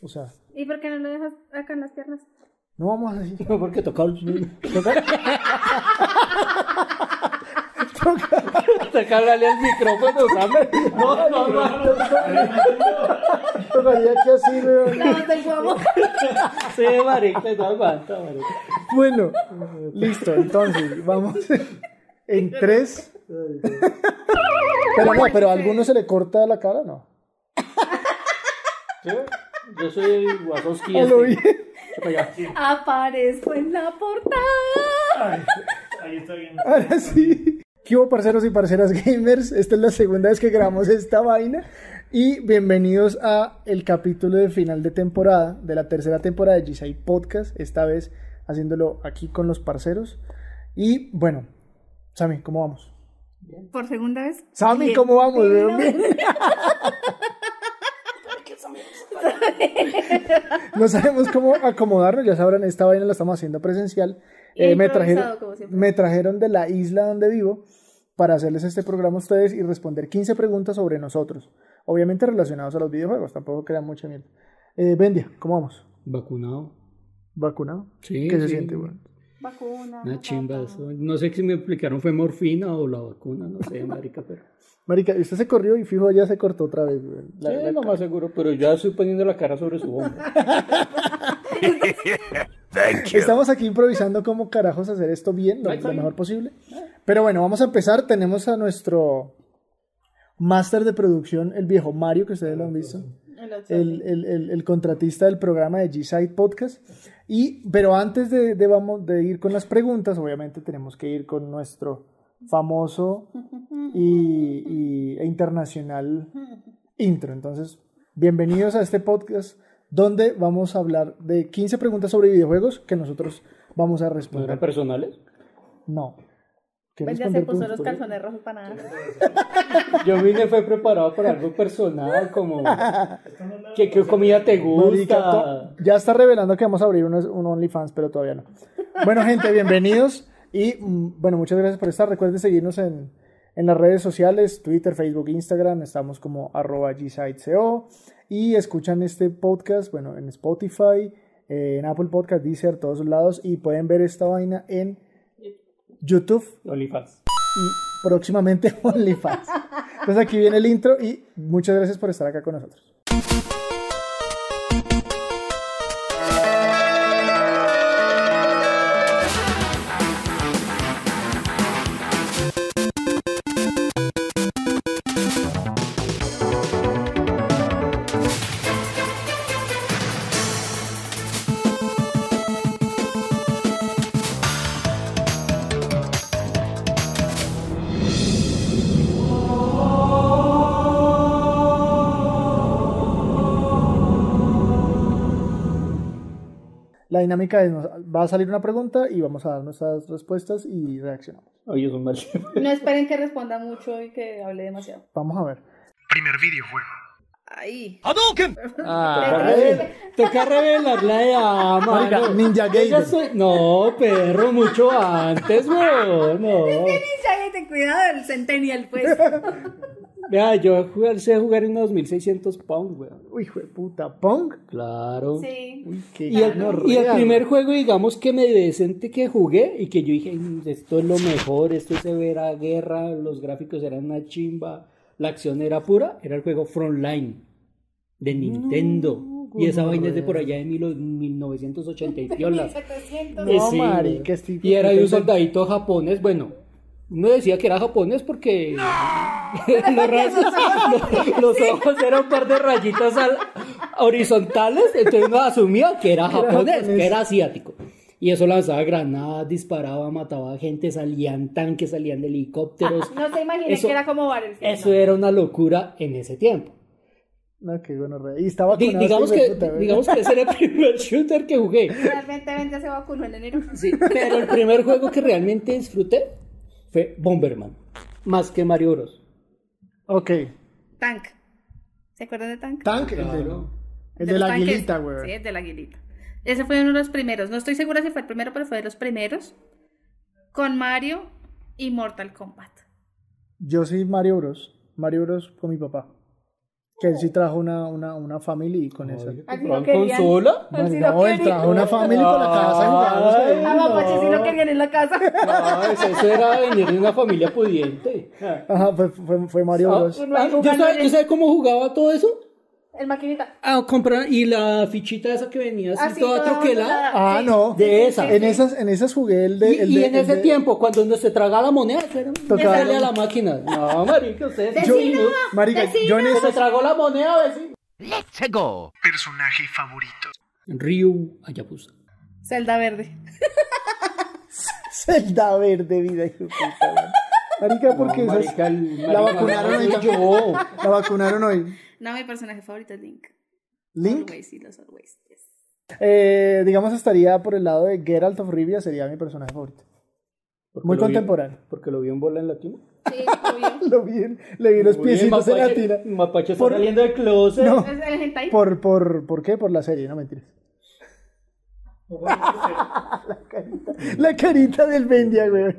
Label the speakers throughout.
Speaker 1: O sea,
Speaker 2: ¿Y por qué no lo dejas acá en las piernas?
Speaker 1: no vamos a decir.
Speaker 3: No, porque tocar
Speaker 1: Tocar,
Speaker 3: tocarle al micrófono, ¿sabes? No, no, no.
Speaker 1: tocaría que así, weón.
Speaker 2: Los del Ah, huevo.
Speaker 3: Sí, marica, no aguanta, marica.
Speaker 1: Bueno, listo, entonces, vamos. En tres. Pero no, pero a alguno se le corta la cara, no.
Speaker 3: ¿Sí? Yo soy Wazowski.
Speaker 1: A
Speaker 3: este.
Speaker 1: lo bien.
Speaker 3: Chupa ya.
Speaker 2: Aparezco en la portada.
Speaker 4: Ahí está bien.
Speaker 1: Ahora sí. ¿Qué hubo, parceros y parceras gamers? Esta es la segunda vez que grabamos esta vaina. Y bienvenidos a el capítulo de final de temporada, de la tercera temporada de Gisai Podcast. Esta vez haciéndolo aquí con los parceros. Y bueno, Sammy, ¿cómo vamos?
Speaker 2: Por segunda vez.
Speaker 1: Sammy,
Speaker 2: Bien.
Speaker 1: ¿cómo vamos? Bien. No sabemos cómo acomodarnos, ya sabrán, esta vaina la estamos haciendo presencial. Eh,
Speaker 2: E
Speaker 1: me,
Speaker 2: improvisado,
Speaker 1: trajeron,
Speaker 2: como siempre.
Speaker 1: me trajeron de la isla donde vivo para hacerles este programa a ustedes y responder 15 preguntas sobre nosotros. Obviamente relacionados a los videojuegos, tampoco crean mucha mierda. Eh, Bendia, ¿cómo vamos?
Speaker 3: Vacunado.
Speaker 1: ¿Vacunado?
Speaker 3: Sí,
Speaker 1: ¿Qué se
Speaker 3: sí.
Speaker 1: siente, weón?
Speaker 2: Vacuna.
Speaker 3: Una chimba
Speaker 2: papá.
Speaker 3: eso. No sé si me explicaron fue morfina o la vacuna, no sé, marica, pero.
Speaker 1: Marica, usted se corrió y fijo, ya se cortó otra vez, weón. La-
Speaker 3: sí,
Speaker 1: la-
Speaker 3: lo más seguro, pero ya estoy poniendo la cara sobre su hombro.
Speaker 1: Estamos aquí improvisando cómo carajos hacer esto bien, lo,
Speaker 3: Ahí está
Speaker 1: lo
Speaker 3: bien.
Speaker 1: mejor posible. Pero bueno, vamos a empezar. Tenemos a nuestro máster de producción, el viejo Mario, que ustedes lo han visto.
Speaker 2: El otro.
Speaker 1: El, el- el- el contratista del programa de G-Side Podcast. Y, pero antes de, de vamos, de ir con las preguntas, obviamente tenemos que ir con nuestro famoso y, y- e internacional intro. Entonces, bienvenidos a este podcast donde vamos a hablar de 15 preguntas sobre videojuegos que nosotros vamos a
Speaker 3: ¿No eran
Speaker 1: responder.
Speaker 3: personales?
Speaker 1: No. ¿Qué
Speaker 2: Pues ya se
Speaker 1: responder
Speaker 2: puso
Speaker 1: tú?
Speaker 2: los calzones rojos para nada.
Speaker 3: Yo vine fue preparado para algo personal, como ¿qué, qué comida te
Speaker 1: Marica,
Speaker 3: gusta?
Speaker 1: to- ya está revelando que vamos a abrir un, un OnlyFans, pero todavía no. Bueno, gente, bienvenidos. Y mm, bueno, muchas gracias por estar. Recuerden seguirnos en, en las redes sociales, Twitter, Facebook, Instagram. Estamos como arroba gsiteceo. Y escuchan este podcast, bueno, en Spotify, eh, en Apple Podcast, Deezer, todos lados. Y pueden ver esta vaina en YouTube
Speaker 3: Olifaz.
Speaker 1: y próximamente OnlyFans. Entonces aquí viene el intro y muchas gracias por estar acá con nosotros. La dinámica es, nos- va a salir una pregunta y vamos a dar nuestras respuestas y reaccionamos.
Speaker 3: Oye, es un mal.
Speaker 2: No esperen que responda mucho y que hable demasiado.
Speaker 1: Vamos a ver.
Speaker 2: Ahí.
Speaker 3: Toca revel- Toca revelarla ya,
Speaker 1: Marica,
Speaker 3: mano.
Speaker 1: Ninja
Speaker 3: Yo ya
Speaker 1: Gaiden.
Speaker 3: soy- No, perro, mucho antes, weón. No.
Speaker 2: Ya, ya te cuidado el Centennial, pues.
Speaker 3: Vea, yo jugué, sé jugar en 2600 pounds, weón.
Speaker 1: Uy, hijo de puta, Pong.
Speaker 3: Claro.
Speaker 2: Sí.
Speaker 1: Qué
Speaker 3: Y el,
Speaker 1: gonorrea,
Speaker 3: y el
Speaker 1: güey.
Speaker 3: primer juego, digamos, que me decente que jugué y que yo dije, "Mm, esto es lo mejor, esto se verá guerra, los gráficos eran una chimba, la acción era pura, era el juego Frontline de Nintendo. y esa vaina es de por allá de mil, 1980 y piolas.
Speaker 2: 700.
Speaker 1: No,
Speaker 3: Sí,
Speaker 1: marica,
Speaker 3: güey.
Speaker 1: este
Speaker 3: Y era de un
Speaker 1: tipo-
Speaker 3: soldadito japonés, bueno, no decía que era japonés porque los, rasgos- los- los ojos eran un par de rayitas al- horizontales, entonces uno asumía que era japonés, que era asiático. Y eso lanzaba granadas, disparaba, mataba gente, salían tanques, salían de helicópteros.
Speaker 2: Ah, No se imaginen
Speaker 3: Eso-
Speaker 2: que era como Battlefield.
Speaker 3: Eso era una locura en ese tiempo.
Speaker 1: No, qué gonorrea. Y estaba
Speaker 3: Di-
Speaker 1: con
Speaker 3: digamos, que, digamos que ese era el primer shooter que jugué.
Speaker 2: Realmente Ben ya se vacunó en enero.
Speaker 3: Sí, pero el primer juego que realmente disfruté fue Bomberman, más que Mario Bros.
Speaker 1: Ok.
Speaker 2: Tank. ¿Se acuerdan de Tank?
Speaker 1: Tank, el de- el de,
Speaker 2: los
Speaker 1: la
Speaker 2: tanques.
Speaker 1: aguilita, güey.
Speaker 2: Sí, el de la aguilita. Ese fue uno de los primeros. No estoy segura si fue el primero, pero fue de los primeros. Con Mario y Mortal Kombat.
Speaker 1: Yo soy Mario Bros. Mario Bros con mi papá. Que él sí trajo una, una, una family y con eso.
Speaker 4: Así
Speaker 3: ¿Compraban
Speaker 4: lo querían.
Speaker 3: consola?
Speaker 4: Así
Speaker 1: No,
Speaker 4: lo
Speaker 1: él
Speaker 4: querían.
Speaker 1: trajo una family con la casa y jugábamos
Speaker 3: Ay.
Speaker 1: ahí.
Speaker 4: A Mapache sí lo querían en la casa.
Speaker 3: No, Ah, eso, eso era venir de una familia pudiente.
Speaker 1: Ajá, fue, fue, fue Mario
Speaker 3: Ah,
Speaker 1: Bros.
Speaker 3: ah, ¿Yo sabía cómo jugaba todo eso?
Speaker 4: El maquinita.
Speaker 3: Ah, comprar y la fichita esa que venía así,
Speaker 4: Así
Speaker 3: toda
Speaker 4: toda
Speaker 3: troquelada.
Speaker 4: ondulada.
Speaker 1: Ah,
Speaker 4: sí.
Speaker 1: no.
Speaker 3: De esa.
Speaker 1: En esas, en esas jugué el de.
Speaker 3: Y-
Speaker 1: el
Speaker 3: y,
Speaker 1: de-
Speaker 3: en
Speaker 1: el
Speaker 3: ese
Speaker 1: de-
Speaker 3: tiempo, cuando uno se traga la moneda, ¿sí?
Speaker 1: Tocaba.
Speaker 3: sale a la máquina. No, marica, ustedes
Speaker 2: Yo-
Speaker 3: son inútiles.
Speaker 1: Marica, yo en
Speaker 3: Se
Speaker 1: esas.
Speaker 3: tragó la moneda, vecino.
Speaker 1: Personaje favorito.
Speaker 3: Ryu Ayabusa.
Speaker 2: Celda verde.
Speaker 1: Zelda verde, vida. hijo de puta, man. Marica, porque
Speaker 3: No,
Speaker 1: esas.
Speaker 3: marica, el-
Speaker 1: La
Speaker 3: marica,
Speaker 1: vacunaron
Speaker 3: no,
Speaker 1: hoy.
Speaker 3: Yo.
Speaker 1: La vacunaron hoy.
Speaker 2: No, mi personaje favorito es Link.
Speaker 1: Link,
Speaker 2: Always, sí, los always. yes.
Speaker 1: eh, digamos, estaría por el lado de Geralt of Rivia, sería mi personaje favorito. Muy
Speaker 3: Porque lo vi-
Speaker 1: contemporáneo.
Speaker 3: Porque lo vi en bola en latino.
Speaker 2: Sí, obvio.
Speaker 1: Lo vi, en- le vi los
Speaker 3: Muy bien,
Speaker 1: piecitos en la
Speaker 3: mapache-
Speaker 1: tira.
Speaker 3: Mapache está
Speaker 1: Por-
Speaker 3: saliendo del closet.
Speaker 1: No.
Speaker 2: ¿Es el hentai?
Speaker 1: ¿Por, por, ¿Por qué? Por la serie, no mentiras. la, carita, la carita del Bendia, güey.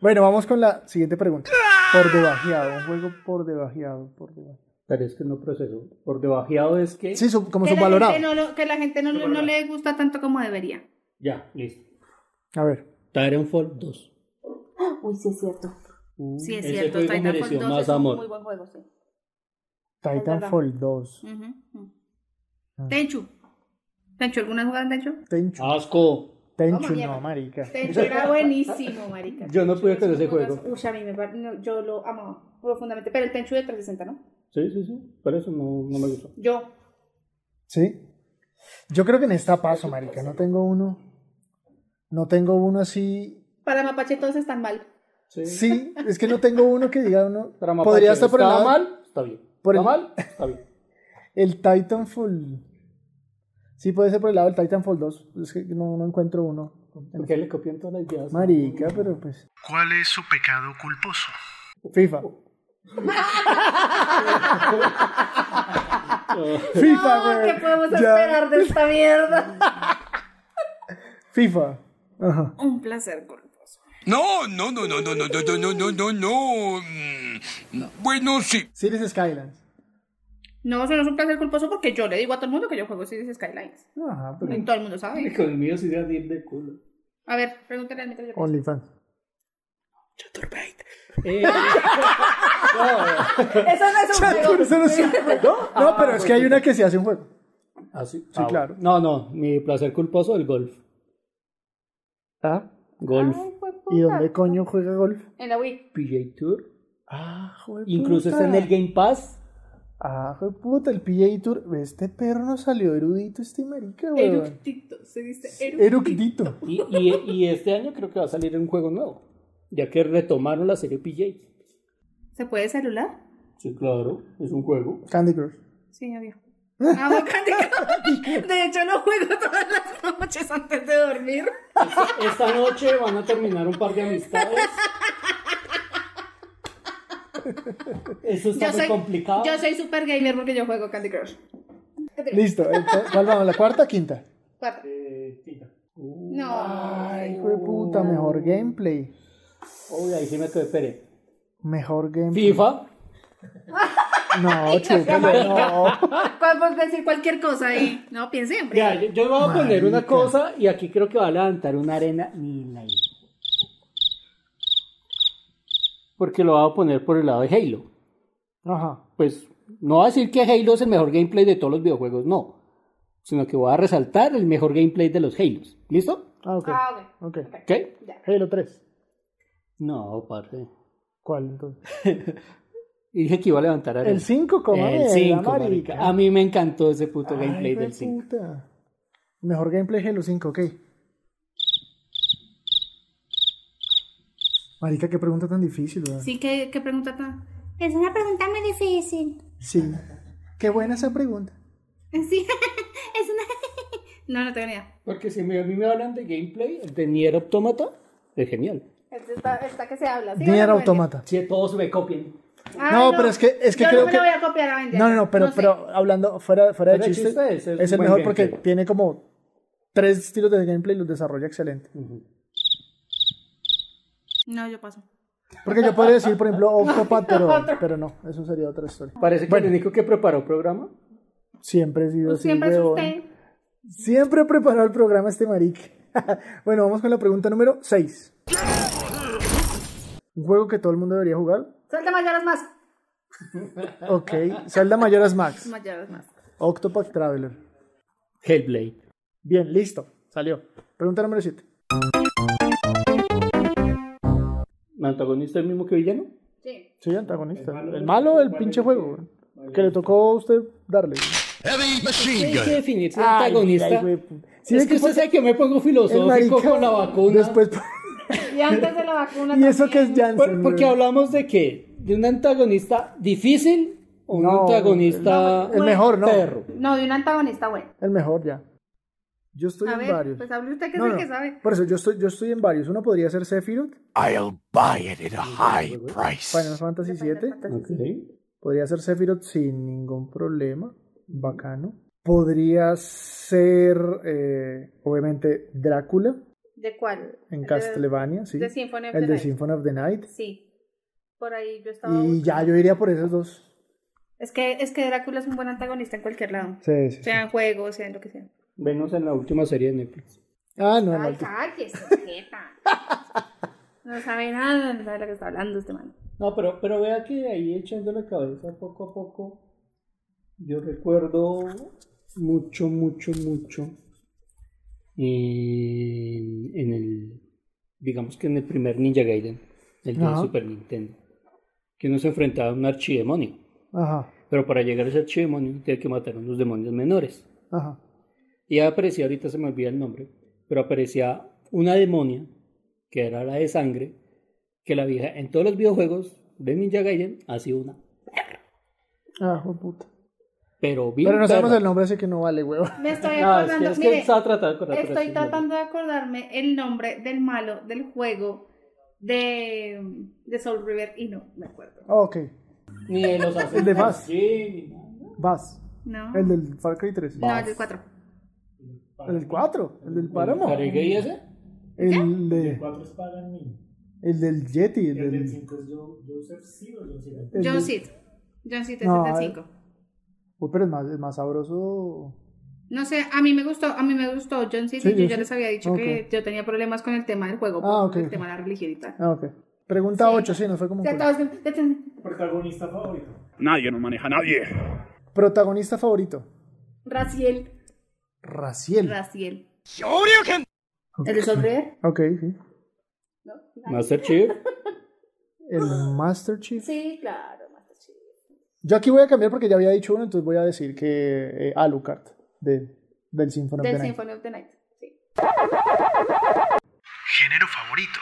Speaker 1: Bueno, vamos con la siguiente pregunta. Por debajeado, un juego por debajeado, por debajeado.
Speaker 3: Pero es que no procesó. Por debajeado es que.
Speaker 1: Sí, sub- como
Speaker 2: que, la
Speaker 1: subvalorado.
Speaker 2: gente no lo- que la gente no, lo- no le gusta tanto como debería.
Speaker 3: Ya, listo.
Speaker 1: A ver,
Speaker 3: Titanfall 2.
Speaker 4: Uy, sí es cierto.
Speaker 1: Uh,
Speaker 2: Sí, es
Speaker 3: Ese
Speaker 2: cierto.
Speaker 3: juego
Speaker 2: Titanfall
Speaker 3: mereció
Speaker 2: 2
Speaker 3: más
Speaker 2: es un
Speaker 3: amor.
Speaker 2: muy buen juego, sí.
Speaker 1: Titanfall 2.
Speaker 2: Ujú.
Speaker 1: Ah.
Speaker 2: Tenchu. Tenchu, ¿alguna jugada en Tenchu?
Speaker 1: Tenchu.
Speaker 3: Asco.
Speaker 1: Tenchu,
Speaker 2: mierda.
Speaker 1: no, marica.
Speaker 2: Tenchu era buenísimo, marica.
Speaker 3: Yo no pude con ese
Speaker 2: Juegas-
Speaker 3: juego.
Speaker 2: Uy, a mí me par- no, yo lo amaba profundamente. Pero el Tenchu de 360, ¿no?
Speaker 3: Sí, sí, sí. Por eso no, no me gustó.
Speaker 2: Yo.
Speaker 1: ¿Sí? Yo creo que en esta paso, marica. No tengo uno. No tengo uno así.
Speaker 2: Para Mapache todos están mal.
Speaker 3: Sí.
Speaker 1: Sí, es que no tengo uno que diga uno.
Speaker 3: Para Mapache,
Speaker 1: Podría estar por el
Speaker 3: ¿estaba
Speaker 1: lado-
Speaker 3: mal? Está bien.
Speaker 1: por
Speaker 3: ¿Está
Speaker 1: el-
Speaker 3: mal? Está bien.
Speaker 1: El Titanfall. Sí, puede ser por el lado del Titanfall 2. Es que no, no encuentro uno.
Speaker 3: ¿Por qué le copian todas las ideas?
Speaker 1: Marica, pero pues.
Speaker 5: ¿Cuál es su pecado culposo?
Speaker 1: FIFA. FIFA,
Speaker 2: No,
Speaker 1: güey.
Speaker 2: ¿Qué podemos
Speaker 1: Ya.
Speaker 2: esperar de esta mierda?
Speaker 1: FIFA. Ajá.
Speaker 2: Un placer, golposo.
Speaker 6: No, no, no, no, no, no, no, no, no, no, no. Mm, Bueno, sí.
Speaker 1: Cities Skylines.
Speaker 2: No, eso no es un placer culposo porque yo le digo a todo el mundo que yo juego Cities Skylines.
Speaker 1: Ajá, pero.
Speaker 2: Y todo el mundo sabe.
Speaker 3: Con el mío sí se va a ir de culo.
Speaker 2: A ver, pregúntale al mientras yo pienso.
Speaker 1: OnlyFans.
Speaker 3: Eh,
Speaker 4: Eso no es un juego.
Speaker 1: Pero eso no es un juego.
Speaker 2: Ah,
Speaker 1: No, pero es que hay una que se hace un juego.
Speaker 3: ah, sí,
Speaker 1: Sí, claro.
Speaker 3: No, no. Mi placer culposo, el golf.
Speaker 1: Ah.
Speaker 3: Golf.
Speaker 4: Ay, fue puta.
Speaker 1: ¿Y dónde coño juega golf?
Speaker 2: En la Wii.
Speaker 3: PJ Tour.
Speaker 1: Ah, joder.
Speaker 3: Incluso
Speaker 1: puta.
Speaker 3: está en el Game Pass.
Speaker 1: Ah, joder, puta, el PJ Tour. Este perro no salió erudito, este marica, weón.
Speaker 2: Eructito. Se dice eructito.
Speaker 1: Eructito.
Speaker 3: Y, y- y este año creo que va a salir un juego nuevo. Ya que retomaron la serie PJ.
Speaker 2: ¿Se puede celular?
Speaker 3: Sí, claro. Es un juego.
Speaker 1: Candy Crush.
Speaker 2: Sí, había. Amo Candy Crush. De hecho, lo juego todas las noches antes de dormir.
Speaker 3: Esta noche van a terminar un par de amistades. Eso está
Speaker 2: Yo
Speaker 3: muy
Speaker 2: soy,
Speaker 3: complicado.
Speaker 2: yo soy super gamer porque yo juego Candy Crush.
Speaker 1: Listo. entonces, ¿Cuál vamos? ¿La cuarta o quinta?
Speaker 2: Cuatro.
Speaker 3: Eh, tita.
Speaker 2: No.
Speaker 1: Ay, hijo de puta, mejor gameplay.
Speaker 3: Uy, ahí sí me quedé pere.
Speaker 1: Mejor gameplay.
Speaker 3: FIFA.
Speaker 1: No, chupa, no.
Speaker 2: Podemos decir cualquier cosa ahí. No, piense, hombre.
Speaker 3: Mira, yo, yo voy a poner una cosa y aquí creo que va a levantar una arena. Ni la idea. Porque lo voy a poner por el lado de Halo.
Speaker 1: Ajá.
Speaker 3: pues no voy a decir que Halo es el mejor gameplay de todos los videojuegos, no. Sino que voy a resaltar el mejor gameplay de los Halos. ¿Listo?
Speaker 1: Ah, ok.
Speaker 2: Ah,
Speaker 1: Ok.
Speaker 3: ¿Qué?
Speaker 1: Halo 3.
Speaker 3: No, parce.
Speaker 1: ¿Cuál entonces?
Speaker 3: Y Dije que iba a levantar arena.
Speaker 1: El 5, coma
Speaker 3: El
Speaker 1: mierda,
Speaker 3: 5,
Speaker 1: marica.
Speaker 3: marica. A mí me encantó ese puto
Speaker 1: Ay,
Speaker 3: gameplay
Speaker 1: hijo de
Speaker 3: del 5.
Speaker 1: puta. Mejor gameplay Halo 5, ok. Marica, qué pregunta tan difícil, weón.
Speaker 2: Sí, ¿qué, qué pregunta tan.
Speaker 7: Es una pregunta muy difícil.
Speaker 1: Sí. Qué buena esa pregunta.
Speaker 2: Sí, es una. No, no tengo ni idea.
Speaker 3: Porque si me- a mí me hablan de gameplay, el de Nier Automata, es genial.
Speaker 2: Esta, Este está esta que se habla. ¿sí?
Speaker 1: Nier
Speaker 2: Bueno, bueno.
Speaker 1: Automata.
Speaker 3: Si todos me copian.
Speaker 2: Ah,
Speaker 1: No, pero es que- es que
Speaker 2: Yo
Speaker 1: creo
Speaker 2: no me
Speaker 1: que-
Speaker 2: lo voy a copiar a vender.
Speaker 1: No, no, no, pero,
Speaker 2: sé.
Speaker 1: pero hablando fuera, fuera de
Speaker 3: Fuera de
Speaker 1: chiste,
Speaker 3: chiste,
Speaker 1: es,
Speaker 3: ese es
Speaker 1: el
Speaker 3: buen
Speaker 1: mejor porque
Speaker 3: gameplay.
Speaker 1: tiene como tres estilos de gameplay y los desarrolla excelente.
Speaker 2: No, yo paso.
Speaker 1: Porque yo podría decir, por ejemplo, Octopath, pero,
Speaker 4: Otro.
Speaker 1: pero no, eso sería otra historia.
Speaker 3: Parece que el único que preparó el programa.
Speaker 1: Siempre he sido así,
Speaker 2: Pues Siempre es
Speaker 1: huevón.
Speaker 2: usted.
Speaker 1: Siempre preparó el programa este maric. bueno, vamos con la pregunta número 6. Un juego que todo el mundo debería jugar.
Speaker 4: Suelta mayoras más.
Speaker 1: Ok, Zelda Mayoras Max.
Speaker 2: Mayores más.
Speaker 1: Octopath Traveler.
Speaker 3: Hellblade.
Speaker 1: Bien, listo, salió. Pregunta número 7.
Speaker 3: ¿Antagonista el mismo que villano?
Speaker 4: Sí.
Speaker 1: Sí, antagonista. El malo, el pinche juego. güey. Que le tocó a usted darle.
Speaker 6: Heavy machine
Speaker 3: Hay que
Speaker 6: gun.
Speaker 3: definirse Ah, el
Speaker 1: Ay,
Speaker 3: antagonista.
Speaker 1: ay, güey. Sí,
Speaker 3: es que usted sabe que me pongo
Speaker 1: el
Speaker 3: filosófico
Speaker 1: marica
Speaker 3: con la vacuna.
Speaker 1: Después,
Speaker 4: Y antes de la vacuna.
Speaker 1: y eso que es
Speaker 4: también.
Speaker 1: Janssen.
Speaker 3: Por- porque
Speaker 1: güey.
Speaker 3: hablamos de qué? ¿De un antagonista difícil o un
Speaker 1: No,
Speaker 3: antagonista
Speaker 1: el mejor, no.
Speaker 3: perro?
Speaker 2: No, de un antagonista, bueno.
Speaker 1: El mejor ya. Yo estoy
Speaker 2: A
Speaker 1: en
Speaker 2: ver,
Speaker 1: varios.
Speaker 2: pues hable usted que
Speaker 1: No,
Speaker 2: es el
Speaker 1: no,
Speaker 2: que sabe.
Speaker 1: Por eso yo estoy, yo estoy en varios. Uno podría ser Sephiroth,
Speaker 6: I'll buy it at a high price.
Speaker 1: Final Fantasy VII. Podría ser Sephiroth sin ningún problema. Bacano. Podría ser, eh, obviamente, Drácula
Speaker 2: ¿De cuál?
Speaker 1: en
Speaker 2: De-
Speaker 1: Castlevania, sí.
Speaker 2: De Symphony of
Speaker 1: El
Speaker 2: the
Speaker 1: de
Speaker 2: Night.
Speaker 1: Symphony of the Night.
Speaker 2: Sí. Por ahí yo estaba.
Speaker 1: Y ya yo iría por esos dos.
Speaker 2: Es que, es que Drácula es un buen antagonista en cualquier lado.
Speaker 1: Sí, sí. sí.
Speaker 2: Sea en juego, sea en lo que sea.
Speaker 3: Venos en la última serie de Netflix.
Speaker 1: Ah, no,
Speaker 2: Ay,
Speaker 1: no.
Speaker 2: cállese, jeta. No sabe nada, no sabe lo que está hablando este man.
Speaker 3: No, pero, pero vea que ahí echando la cabeza poco a poco, yo recuerdo mucho, mucho, mucho en, en el, digamos que en el primer Ninja Gaiden, el de
Speaker 1: Ajá.
Speaker 3: Super Nintendo, que uno se enfrentaba a un archidemonio.
Speaker 1: Ajá,
Speaker 3: Pero para llegar a ese archidemonio tiene que matar a unos demonios menores.
Speaker 1: ajá.
Speaker 3: Y aparecía, ahorita se me olvida el nombre, pero aparecía una demonia, que era la de sangre, que la vieja en todos los videojuegos de Ninja Gaiden ha sido una.
Speaker 1: Ah, hijo de puta.
Speaker 3: Pero bien
Speaker 1: Pero no sabemos
Speaker 3: perra.
Speaker 1: el nombre, así que no vale, huevo.
Speaker 2: Me estoy
Speaker 3: Ah, es que,
Speaker 2: acordando.
Speaker 3: es que
Speaker 2: Eh, mire,
Speaker 3: estaba tratando de acordar, pero
Speaker 2: estoy
Speaker 3: sí,
Speaker 2: tratando de acordarme el nombre del malo del juego de, de Soul River y no me acuerdo.
Speaker 1: Ah, Ok,
Speaker 3: no. Ni de los asesinos.
Speaker 1: de Bass.
Speaker 3: Sí, ni nada.
Speaker 1: vas.
Speaker 2: No,
Speaker 1: El del Far Cry 3.
Speaker 2: no, el del 4.
Speaker 1: El del 4, el del Páramo.
Speaker 3: ¿Para qué y ese?
Speaker 1: El de.
Speaker 8: Cuatro es Pagan Min.
Speaker 1: El del Yeti, el
Speaker 8: El del
Speaker 1: del.
Speaker 8: 5 es Jo- Joseph C o John Cena.
Speaker 1: el
Speaker 2: John
Speaker 1: del-
Speaker 2: Seed. John Seed es
Speaker 1: No,
Speaker 2: el
Speaker 1: eh.
Speaker 2: 5.
Speaker 1: Uy, pero es más, es más sabroso.
Speaker 2: No sé, a mí me gustó, a mí me gustó John Seed
Speaker 1: Sí,
Speaker 2: y yo
Speaker 1: yo
Speaker 2: ya
Speaker 1: sí.
Speaker 2: les había dicho
Speaker 1: Ok.
Speaker 2: que yo tenía problemas con el tema del juego,
Speaker 1: Ah,
Speaker 2: con
Speaker 1: ok.
Speaker 2: el tema de la religión y tal.
Speaker 1: Ah, pues. ok. Pregunta 8, sí, nos fue como.
Speaker 2: Ya
Speaker 1: un culo.
Speaker 2: todos- ya todos-
Speaker 8: Protagonista favorito.
Speaker 9: Nadie nos maneja a nadie.
Speaker 1: Protagonista favorito.
Speaker 2: Raciel.
Speaker 1: Raciel.
Speaker 2: Raciel.
Speaker 6: Shoryuken.
Speaker 2: ¿El de Soul River?
Speaker 1: Ok, sí.
Speaker 3: Master Chief.
Speaker 1: El Master Chief.
Speaker 2: Sí, claro. Master Chief.
Speaker 1: Yo aquí voy a cambiar porque ya había dicho uno, entonces voy a decir que eh, Alucard de, del Symphony of the
Speaker 2: Del
Speaker 1: Night.
Speaker 2: Symphony of the Night. Sí.
Speaker 5: Género favorito.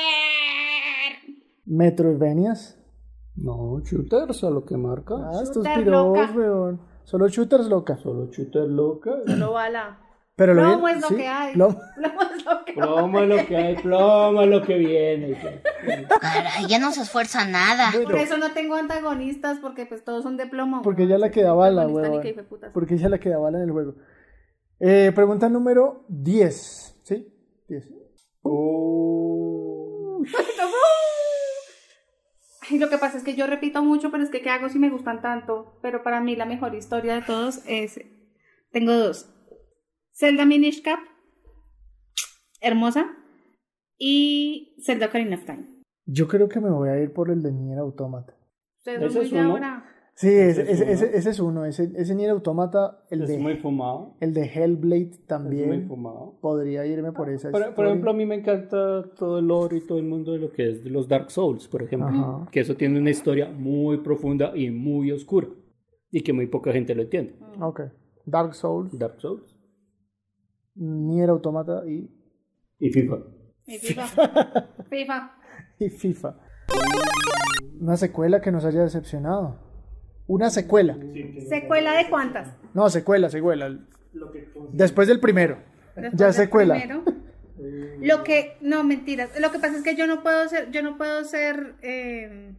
Speaker 2: ¡Shooter!
Speaker 1: Metroidvanias.
Speaker 3: No, shooters a lo que marca.
Speaker 1: Ah, estos
Speaker 2: Shooter
Speaker 1: piros,
Speaker 2: loca.
Speaker 1: weón. Solo shooters loca.
Speaker 3: Solo shooter loca.
Speaker 2: Lo bala.
Speaker 1: Pero lo
Speaker 2: Plomo
Speaker 1: bien-
Speaker 2: es lo
Speaker 1: sí,
Speaker 2: que hay.
Speaker 1: plomo.
Speaker 2: Plomo es lo que hay.
Speaker 3: Plomo es lo que hay, plomo es lo que viene.
Speaker 7: Caray, ya no se esfuerza nada.
Speaker 2: Por eso no tengo antagonistas, porque pues todos son de plomo.
Speaker 1: Porque ella la que da bala,
Speaker 2: Antagonista ni
Speaker 1: huevón.
Speaker 2: que hijo de putas.
Speaker 1: Porque ella es la que da bala en el juego. Eh, pregunta número 10. ¿Sí? 10.
Speaker 2: Ay, lo que pasa es que yo repito mucho, pero es que ¿qué hago si me gustan tanto? Pero para mí la mejor historia de todos es... Tengo dos. Zelda Minish Cap, hermosa, y Zelda Ocarina of Time.
Speaker 1: Yo creo que me voy a ir por el de Nier Automata.
Speaker 2: Ustedes
Speaker 3: Ese
Speaker 2: son muy
Speaker 3: es
Speaker 2: de
Speaker 3: uno.
Speaker 2: ahora.
Speaker 1: Sí, ese,
Speaker 3: es
Speaker 1: ese-
Speaker 3: uno.
Speaker 1: ese- ese es uno. Ese, ese Nier Automata, el
Speaker 3: Es muy
Speaker 1: de,
Speaker 3: fumado.
Speaker 1: el de Hellblade
Speaker 3: Es muy
Speaker 1: también.
Speaker 3: fumado.
Speaker 1: Podría irme por esa
Speaker 3: Por, por
Speaker 1: historia.
Speaker 3: ejemplo, a mí me encanta todo el lore y todo el mundo de lo que es de los Dark Souls, por ejemplo.
Speaker 1: Ajá.
Speaker 3: Que eso tiene una historia muy profunda y muy oscura. Y que muy poca gente lo entiende.
Speaker 1: Ok. Dark Souls,
Speaker 3: Dark Souls
Speaker 1: Nier Automata y,
Speaker 3: y FIFA.
Speaker 2: Mi Eh, FIFA. FIFA.
Speaker 1: y FIFA. Una secuela que nos haya decepcionado. Una secuela.
Speaker 2: ¿Secuela de cuántas?
Speaker 1: No, secuela, secuela. Después del primero.
Speaker 2: Después
Speaker 1: ya
Speaker 2: del
Speaker 1: secuela.
Speaker 2: primero. Lo que, no, mentiras. Lo que pasa es que yo no puedo ser, yo no puedo ser eh,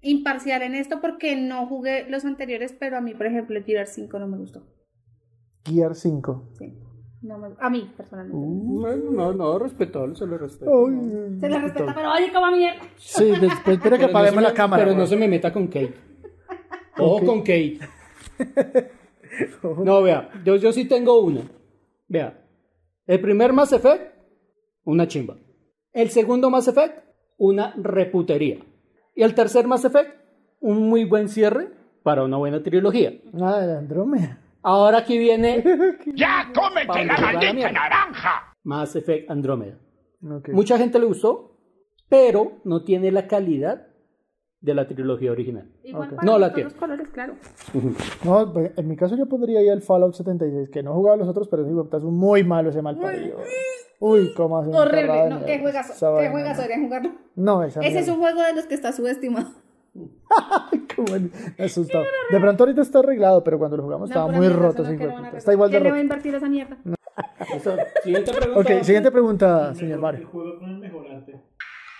Speaker 2: imparcial en esto porque no jugué los anteriores, pero a mí, por ejemplo, el Gear 5 no me gustó.
Speaker 1: Gear 5.
Speaker 2: Sí. No me- a mí, personalmente.
Speaker 1: Uh,
Speaker 3: Bueno, no, no, respetable, se lo
Speaker 1: Oh,
Speaker 3: respeto.
Speaker 1: Ay,
Speaker 2: Se le respeta, pero oye, como mierda.
Speaker 1: Sí, después espera que
Speaker 3: Pero no se
Speaker 1: apaguemos
Speaker 3: me-
Speaker 1: la cámara.
Speaker 3: Pero no
Speaker 1: güey.
Speaker 3: se me meta con Kate. Ojo con Kate. No, vea, yo, yo sí tengo una. Vea, el primer Mass Effect, una chimba. El segundo Mass Effect, una reputería. Y el tercer Mass Effect, un muy buen cierre para una buena trilogía.
Speaker 1: Ah, de Andrómeda.
Speaker 3: Ahora aquí viene
Speaker 6: ¡Ya cómete
Speaker 3: Vamos,
Speaker 6: la
Speaker 3: la
Speaker 6: maldita
Speaker 3: mierda.
Speaker 6: naranja!
Speaker 3: Mass Effect Andrómeda.
Speaker 1: Ok.
Speaker 3: Mucha gente le gustó, pero no tiene la calidad de la trilogía original.
Speaker 2: Igual
Speaker 1: Ok.
Speaker 2: para
Speaker 3: No la
Speaker 2: todos
Speaker 3: tiene.
Speaker 2: los colores, claro.
Speaker 1: No, pues, en mi caso yo podría ir al Fallout 76, que no jugaba los otros, pero digo, es muy malo ese mal parido. Uy, cómo hace
Speaker 2: Horrible. No, qué juegazo. Qué juegazo deberían jugarlo.
Speaker 1: No, esa
Speaker 2: Ese es
Speaker 1: mierda.
Speaker 2: un juego de los que está subestimado.
Speaker 1: Como el- asustado. De pronto ahorita está arreglado, pero cuando lo jugamos estaba muy roto. ese hijo de puta. Está igual de
Speaker 2: ¿Quién le va
Speaker 1: roto.
Speaker 2: a invertir esa mierda?
Speaker 3: Siguiente pregunta.
Speaker 1: Ok, siguiente pregunta, señor
Speaker 8: El
Speaker 1: Mario.
Speaker 8: juego con el mejor arte.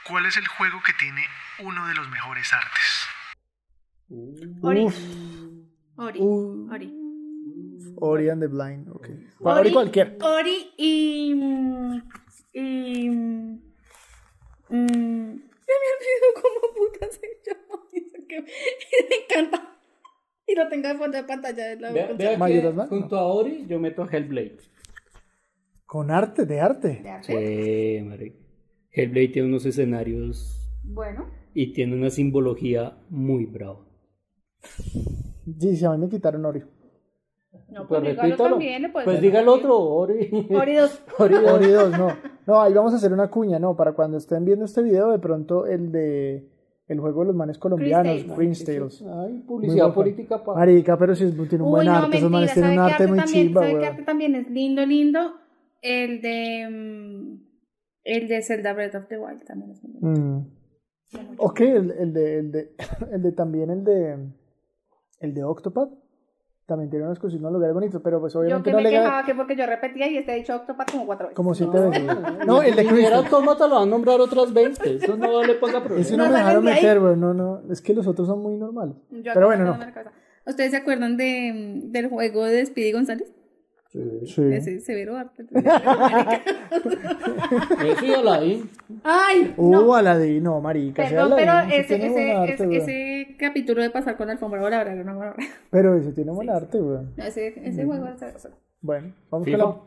Speaker 5: ¿Cuál es el juego que tiene uno de los mejores artes?
Speaker 2: Ori.
Speaker 1: Uf,
Speaker 2: Ori. Ori.
Speaker 1: Ori and the Blind. ok. Uh, Ori cualquier.
Speaker 2: Ori y. mm, Y. mm, mm, Ya me olvidó cómo puta se llama. Dice que me encanta. Y lo tengo de fondo de pantalla de la
Speaker 3: Vea, vea
Speaker 1: Majora's
Speaker 3: que
Speaker 1: Mask,
Speaker 3: junto a Ori yo meto a Hellblade.
Speaker 1: Con arte, de arte.
Speaker 3: Sí, marica. Hellblade tiene unos escenarios
Speaker 2: Bueno.
Speaker 3: y tiene una simbología muy brava.
Speaker 1: Sí, sí, a mí me quitaron Ori.
Speaker 2: No, pues, dígalo también. le puede
Speaker 3: Pues
Speaker 2: ser
Speaker 3: diga el
Speaker 2: también.
Speaker 3: otro, Ori.
Speaker 2: Ori 2.
Speaker 1: Ori 2, no. No, ahí vamos a hacer una cuña, no. Para cuando estén viendo este video, de pronto el de. El juego de los manes colombianos,
Speaker 2: Tales.
Speaker 1: Queen's Tales.
Speaker 3: Ay,
Speaker 1: Muy
Speaker 3: publicidad
Speaker 1: bueno.
Speaker 3: política para...
Speaker 1: Marica, pero si es- tiene un buen arte, esos manes tienen un
Speaker 2: ¿sabe qué
Speaker 1: arte muy
Speaker 2: también,
Speaker 1: chimba,
Speaker 2: ¿sabe qué
Speaker 1: güey.
Speaker 2: arte también es lindo, lindo? El de. mm, El de Zelda Breath of the Wild también es muy lindo.
Speaker 1: Mm. Ok, el, el de, el, de, el de también el de el de Octopad también tiene unos cositas, unos lugares bonitos, pero pues
Speaker 2: Yo
Speaker 1: obviamente
Speaker 2: que
Speaker 1: no
Speaker 2: me
Speaker 1: le gana
Speaker 2: quejaba que porque yo repetía y este ha dicho Octopath como cuatro veces.
Speaker 1: como si te
Speaker 3: No,
Speaker 1: No, el de
Speaker 3: Y era
Speaker 1: Crystal.
Speaker 3: autómata lo van a nombrar otras 20. Eso no le ponga
Speaker 1: Ese
Speaker 3: problema.
Speaker 1: no
Speaker 2: No
Speaker 1: me dejaron
Speaker 2: salen de ahí.
Speaker 1: meter, güey. No, no. Es que los otros son muy normales.
Speaker 2: Yo
Speaker 1: Pero
Speaker 2: acá
Speaker 1: bueno,
Speaker 2: dándome
Speaker 1: no.
Speaker 2: la cabeza. ¿Ustedes se acuerdan de, mm, del juego de Speedy González?
Speaker 1: Sí.
Speaker 2: Ese severo arte.
Speaker 3: Eso y Aladdin.
Speaker 2: ¡Ay!
Speaker 1: Uh, Aladín, no, marica. ese
Speaker 2: Perdón, pero
Speaker 1: Aladín,
Speaker 2: ese,
Speaker 1: tiene buen
Speaker 2: ese,
Speaker 1: arte,
Speaker 2: ese,
Speaker 1: güey.
Speaker 2: ese capítulo de pasar con la alfombra voladora era una buena
Speaker 1: Pero ese tiene buen arte, güey.
Speaker 2: No, ese, ese juego era sabroso.
Speaker 1: Bueno, vamos
Speaker 3: FIFA.
Speaker 1: con la.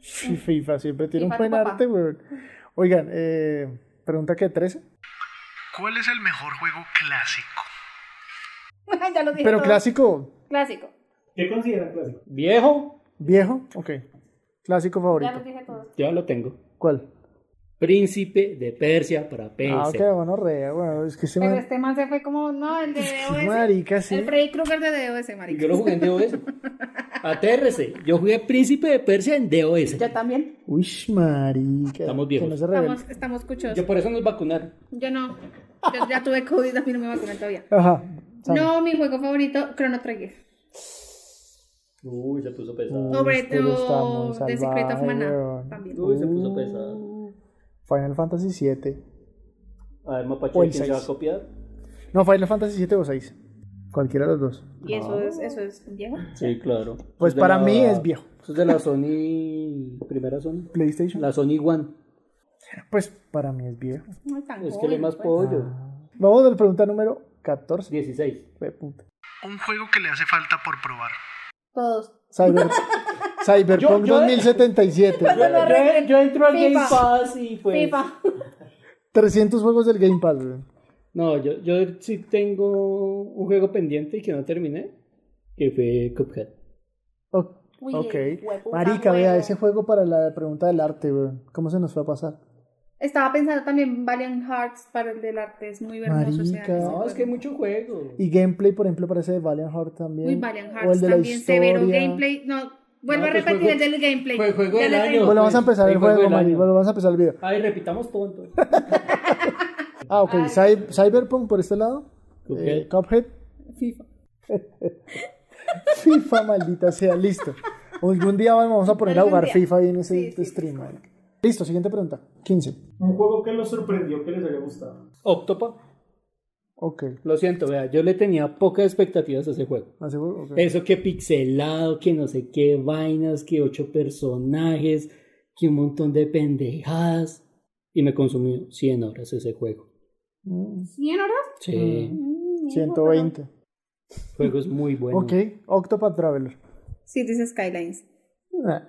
Speaker 1: Sí, FIFA, siempre tiene
Speaker 2: FIFA,
Speaker 1: un buen
Speaker 2: tu papá.
Speaker 1: arte, güey. Oigan, eh, pregunta que 13.
Speaker 5: ¿Cuál es el mejor juego clásico?
Speaker 2: ya lo dije
Speaker 1: Pero
Speaker 2: todo.
Speaker 1: clásico,
Speaker 2: Clásico.
Speaker 8: ¿Qué consideran clásico?
Speaker 3: Viejo,
Speaker 1: viejo, ok. Clásico
Speaker 2: Ya
Speaker 1: favorito.
Speaker 2: los dije todos.
Speaker 3: ya lo tengo.
Speaker 1: ¿Cuál?
Speaker 3: Príncipe de Persia para PC.
Speaker 1: Ah, ok, bueno, rea, bueno, es que se
Speaker 2: Pero
Speaker 1: me...
Speaker 2: este man se fue como, no, el de DOS.
Speaker 1: Marica, sí.
Speaker 2: El Freddy Krueger de DOS,
Speaker 3: Yo
Speaker 2: marica.
Speaker 3: lo jugué en DOS. Atérrese. Yo jugué Príncipe de Persia en DOS.
Speaker 2: Yo también.
Speaker 1: Uy, marica.
Speaker 3: Estamos viejos.
Speaker 1: Que no se revele.
Speaker 2: Estamos, estamos cuchos.
Speaker 3: Yo
Speaker 2: Yo,
Speaker 3: por eso nos vacunaron.
Speaker 2: no. Yo ya tuve COVID, a mí no me vacunan todavía.
Speaker 1: Ajá. Sam.
Speaker 2: No, mi juego favorito, Chrono Trigger.
Speaker 3: Uy, se puso pesado.
Speaker 1: Uy,
Speaker 2: Sobre
Speaker 1: este lo está muy
Speaker 2: todo The Secret of
Speaker 1: salvaje,
Speaker 2: Mana.
Speaker 1: weón.
Speaker 2: También.
Speaker 3: Uy, se puso pesado.
Speaker 1: Final Fantasy VII.
Speaker 3: A ver, Mapache,
Speaker 1: O el
Speaker 3: ¿quién se
Speaker 1: seis.
Speaker 3: va a copiar?
Speaker 1: No, Final Fantasy VII o 6. Cualquiera de los dos.
Speaker 2: Y eso es, eso es viejo.
Speaker 3: Sí, claro.
Speaker 1: Pues
Speaker 3: Es de
Speaker 1: para mí es viejo.
Speaker 3: Eso es de la Sony. Primera Sony.
Speaker 1: PlayStation.
Speaker 3: La Sony One.
Speaker 1: Pues para mí es viejo.
Speaker 2: No es tan
Speaker 3: Es que le
Speaker 2: joven,
Speaker 3: más
Speaker 2: pues.
Speaker 3: pollo.
Speaker 1: Vamos a la pregunta número 14.
Speaker 3: 16.
Speaker 1: Fue puta.
Speaker 5: Un juego que le hace falta por probar.
Speaker 2: Todos.
Speaker 1: Cyber... Cyberpunk
Speaker 3: yo-
Speaker 1: 2077.
Speaker 3: Yo, yo entro al Game
Speaker 2: FIFA.
Speaker 3: Pass y pues.
Speaker 2: FIFA.
Speaker 1: 300 juegos del Game Pass. weón.
Speaker 3: No, yo, yo sí tengo un juego pendiente y que no terminé. Que fue Cuphead.
Speaker 1: Ok.
Speaker 2: Uy,
Speaker 1: Ok.
Speaker 2: hueputa
Speaker 1: Marica, vea,
Speaker 2: juego.
Speaker 1: ese juego para la pregunta del arte, weón. ¿Cómo se nos fue a pasar?
Speaker 2: Estaba pensando también Valiant Hearts para el del arte, es muy hermoso. o sea,
Speaker 1: Marica. No,
Speaker 2: ese
Speaker 3: No, es
Speaker 2: juego.
Speaker 3: que hay mucho juego.
Speaker 1: Y gameplay, por ejemplo, parece de Valiant Heart también.
Speaker 2: Muy Valiant
Speaker 1: O
Speaker 2: Hearts
Speaker 1: el de la
Speaker 2: también, severo
Speaker 1: historia.
Speaker 2: gameplay. No, vuelvo
Speaker 3: No,
Speaker 2: a
Speaker 3: pues
Speaker 2: repetir
Speaker 3: juego-
Speaker 2: el del gameplay.
Speaker 3: fue juego
Speaker 2: Ya
Speaker 3: del
Speaker 2: le
Speaker 3: año.
Speaker 2: tengo.
Speaker 1: Bueno, vamos a empezar el
Speaker 3: El juego
Speaker 1: juego,
Speaker 3: del
Speaker 1: Mari.
Speaker 3: año.
Speaker 1: Bueno, vamos a empezar el video.
Speaker 3: Ay, repitamos tonto.
Speaker 1: Ah, ok. Cy- Cyberpunk por este lado. Eh, Cuphead.
Speaker 2: FIFA.
Speaker 1: FIFA, maldita sea. Listo. Algún día vamos a poner a
Speaker 2: Algún
Speaker 1: jugar
Speaker 2: día.
Speaker 1: FIFA ahí en ese
Speaker 2: Sí, sí,
Speaker 1: stream. marica. Listo, siguiente pregunta. 15.
Speaker 8: Un juego que los sorprendió que les haya gustado.
Speaker 3: Octopa.
Speaker 1: Ok.
Speaker 3: Lo siento, vea, yo le tenía pocas expectativas a ese juego.
Speaker 1: ¿Hace juego? Ok.
Speaker 3: Eso que pixelado, que no sé qué vainas, que ocho personajes, que un montón de pendejadas. Y me consumió 100 horas ese juego.
Speaker 1: Mm,
Speaker 4: ¿100 horas?
Speaker 3: Sí,
Speaker 2: Mm, mierda,
Speaker 1: 120.
Speaker 3: el juego es muy bueno.
Speaker 1: Ok, Octopath Traveler.
Speaker 2: pero- Sí, dice Skylines.
Speaker 1: Nah,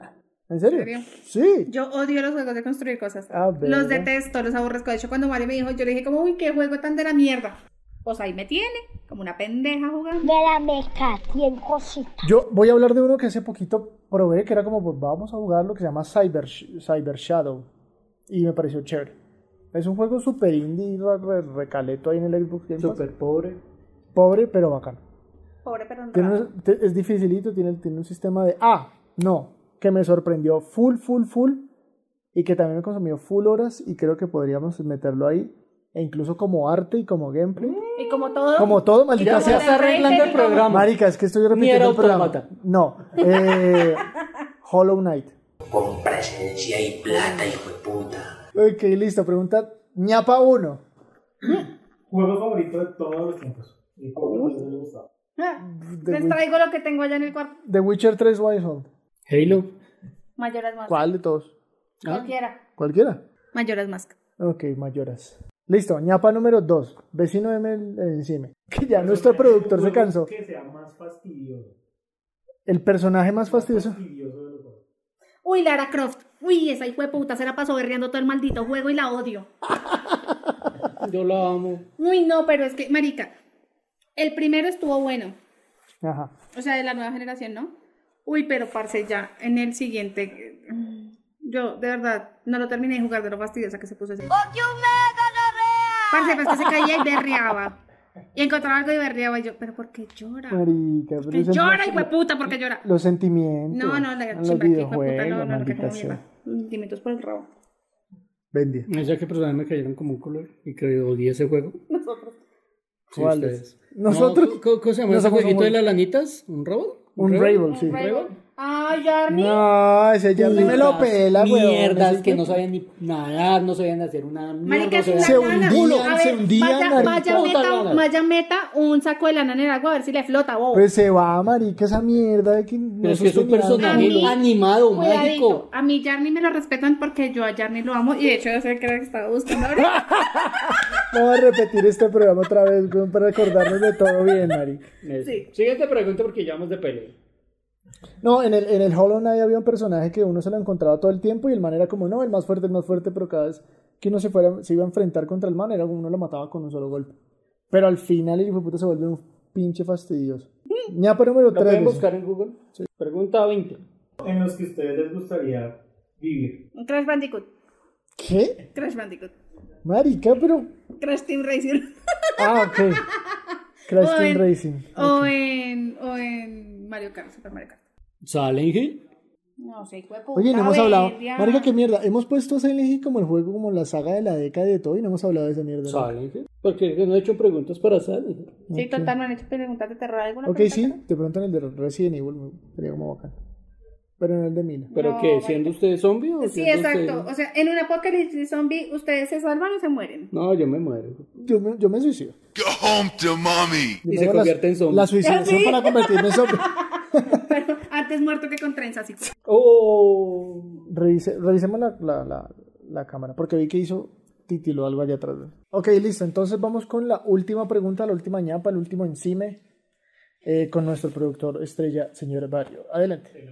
Speaker 1: ¿En serio?
Speaker 2: serio?
Speaker 1: Sí.
Speaker 2: Yo odio los juegos de construir cosas.
Speaker 1: Ah, verga.
Speaker 2: los detesto, los aborrezco. De hecho, cuando Mari me dijo, yo le dije como, uy, qué juego tan de la mierda. Pues ahí me tiene, como una pendeja jugando.
Speaker 9: de la meca, tiene cosita.
Speaker 1: Yo voy a hablar de uno que hace poquito probé, que era como, pues vamos a jugar lo que se llama Cyber, Sh- Cyber Shadow. Y me pareció chévere. Es un juego super indie, re- re- recaleto ahí en el Xbox Game Pass.
Speaker 3: Súper pobre.
Speaker 1: Pobre, pero bacano.
Speaker 2: Pobre, pero no.
Speaker 1: Tiene un- te- es dificilito, tiene, tiene un sistema de... Ah, no, que me sorprendió full, full, full. Y que también me consumió full horas y creo que podríamos meterlo ahí. E incluso como arte y como gameplay.
Speaker 4: Y como todo.
Speaker 1: Como todo, maldita
Speaker 3: Ya se
Speaker 1: sea.
Speaker 3: está arreglando el programa.
Speaker 1: Marica, es que estoy
Speaker 3: Nier
Speaker 1: repitiendo el programa.
Speaker 3: Automata.
Speaker 1: No. eh, Hollow Knight.
Speaker 10: Con presencia y plata, hijo de puta.
Speaker 1: Ok, listo. Pregunta ñapa 1.
Speaker 8: Juego favorito de todos los tiempos. Y juego que más les gustaba.
Speaker 4: Ah,
Speaker 1: The,
Speaker 4: Les
Speaker 1: Wi-
Speaker 4: traigo lo que tengo allá en el cuarto.
Speaker 1: The Witcher 3 Wild
Speaker 3: Halo.
Speaker 4: Mayoras más.
Speaker 1: ¿Cuál de todos?
Speaker 4: Cualquiera.
Speaker 1: ¿Cualquiera?
Speaker 2: Mayoras Mask.
Speaker 1: Ok, mayoras. Listo, ñapa número 2. Vecino de Mel encima. Que ya nuestro productor se
Speaker 8: Juego
Speaker 1: cansó.
Speaker 8: Que sea más fastidioso.
Speaker 1: El personaje más fastidioso.
Speaker 8: Fastidioso de los juegos.
Speaker 4: Uy, Lara Croft. Uy, esa hijo de puta se la pasó berreando todo el maldito juego y la odio.
Speaker 3: Yo lo amo.
Speaker 2: Uy, no, pero es que, marica, el primero estuvo bueno,
Speaker 1: Ajá.
Speaker 2: o sea, de la nueva generación, ¿no? Uy, pero parce, ya, en el siguiente, mm, yo, de verdad, no lo terminé de jugar de lo fastidiosa que se puso ese. Parce, pero es que se caía y berreaba, y encontraba algo y berreaba, y yo, pero ¿por qué llora?
Speaker 1: Marica, pero
Speaker 2: ¿Por qué
Speaker 1: los
Speaker 2: llora,
Speaker 1: sentimientos-
Speaker 2: hijo de puta, ¿por qué llora?
Speaker 1: Los sentimientos.
Speaker 2: No, no, la
Speaker 1: en
Speaker 2: chimba,
Speaker 1: los
Speaker 2: que hijo de puta,
Speaker 1: videojuegos,
Speaker 2: no, no, no, que
Speaker 1: maldita
Speaker 2: como
Speaker 1: sea.
Speaker 2: mierda. Sentimientos por el rabo.
Speaker 1: Vendí.
Speaker 3: Ya que personas me cayeron como un color y que odié ese juego.
Speaker 2: Nosotros.
Speaker 3: Sí,
Speaker 1: ¿Cuáles?
Speaker 3: ustedes.
Speaker 1: Nosotros.
Speaker 3: No, ¿Cómo cómo se llama ese
Speaker 1: Nosotros
Speaker 3: jueguito
Speaker 1: somos-
Speaker 3: de las lanitas? ¿Un robot?
Speaker 1: Un Rainbow, sí.
Speaker 4: Ay, Yarny.
Speaker 1: No, ese ya me lo
Speaker 3: Putas
Speaker 1: pela, weón.
Speaker 3: Mierdas
Speaker 1: Ese
Speaker 3: que
Speaker 1: hijo-
Speaker 3: no sabían ni nadar, no sabían hacer una mierda.
Speaker 2: Marica,
Speaker 3: no
Speaker 2: es una
Speaker 1: Se
Speaker 3: sabían-
Speaker 2: lana.
Speaker 1: hundían,
Speaker 2: A
Speaker 1: se
Speaker 2: ver,
Speaker 1: hundían,
Speaker 2: Vaya, vaya,
Speaker 3: marica.
Speaker 2: meta, vaya meta un saco de lana en el agua a ver si le flota, bobo.
Speaker 1: Pues se va, marica, esa mierda de que no
Speaker 3: Pero es que es un
Speaker 1: sostenía nada.
Speaker 3: personaje
Speaker 2: A mí-
Speaker 3: animado,
Speaker 2: Cuidadito,
Speaker 3: mágico.
Speaker 2: a mí Yarny me lo respetan porque yo a Yarny lo amo y de hecho yo sé que era el que estaba buscando ahora.
Speaker 1: Vamos a repetir este programa otra vez weón, para acordarnos de todo bien, marica.
Speaker 2: Sí.
Speaker 3: Siguiente pregunta porque ya vamos de pelea.
Speaker 1: No, en el, en el Hollow Knight había un personaje que uno se lo encontraba todo el tiempo y el man era como, no, el más fuerte, el más fuerte, pero cada vez que uno se, fuera, se iba a enfrentar contra el man, era como uno lo mataba con un solo golpe. Pero al final el hijo de puta se vuelve un pinche fastidioso. Ñapa número
Speaker 3: ¿Lo pueden
Speaker 1: 3.
Speaker 3: buscar en Google? Pregunta 20.
Speaker 8: En los que a ustedes les gustaría vivir.
Speaker 2: Un Crash Bandicoot,
Speaker 1: ¿Qué?
Speaker 2: Crash Bandicoot,
Speaker 1: Marica, pero...
Speaker 2: Crash Team Racing.
Speaker 1: Ah, ok. Crash
Speaker 2: O
Speaker 1: Team
Speaker 2: en-
Speaker 1: Racing.
Speaker 2: O en, o en Mario Kart, Super Mario Kart.
Speaker 3: ¿Silent Hill?
Speaker 4: No sé, hijo de puta.
Speaker 1: Oye, no hemos
Speaker 4: ver,
Speaker 1: hablado.
Speaker 4: ya.
Speaker 1: Marica, qué mierda. Hemos puesto a Silent Hill como el juego, como la saga de la década de todo y no hemos hablado de esa mierda. ¿no?
Speaker 3: ¿Silent Hill? Porque no he hecho preguntas para Silent Hill.
Speaker 2: Sí, total, me han hecho preguntas de terror alguna.
Speaker 1: Ok,
Speaker 2: pregunta
Speaker 1: sí,
Speaker 2: de terror?
Speaker 1: te preguntan el de Resident Evil, me- sería como bacán. Pero no el de Mina.
Speaker 3: ¿Pero
Speaker 2: No,
Speaker 3: qué?
Speaker 2: marica.
Speaker 3: ¿Siendo usted zombie o
Speaker 2: Sí,
Speaker 3: siendo
Speaker 2: exacto.
Speaker 3: usted-
Speaker 2: O sea, en un apocalipsis zombie, ¿ustedes se salvan o se mueren?
Speaker 3: No, yo me muero.
Speaker 1: Yo me, yo me suicido.
Speaker 6: Go home to mommy.
Speaker 1: Yo
Speaker 3: Y
Speaker 1: me
Speaker 3: se
Speaker 1: hago
Speaker 3: convierte
Speaker 1: la,
Speaker 3: en zombie.
Speaker 1: La suicidación para convertirme en zombie.
Speaker 2: Pero antes muerto que con trenzas, así.
Speaker 3: ¡Oh!
Speaker 1: Revise- revisemos la, la, la, la cámara, porque vi que hizo título algo allá atrás. Ok, listo. Entonces vamos con la última pregunta, la última ñapa, el último encime, eh, con nuestro productor estrella, señor Barrio. Adelante.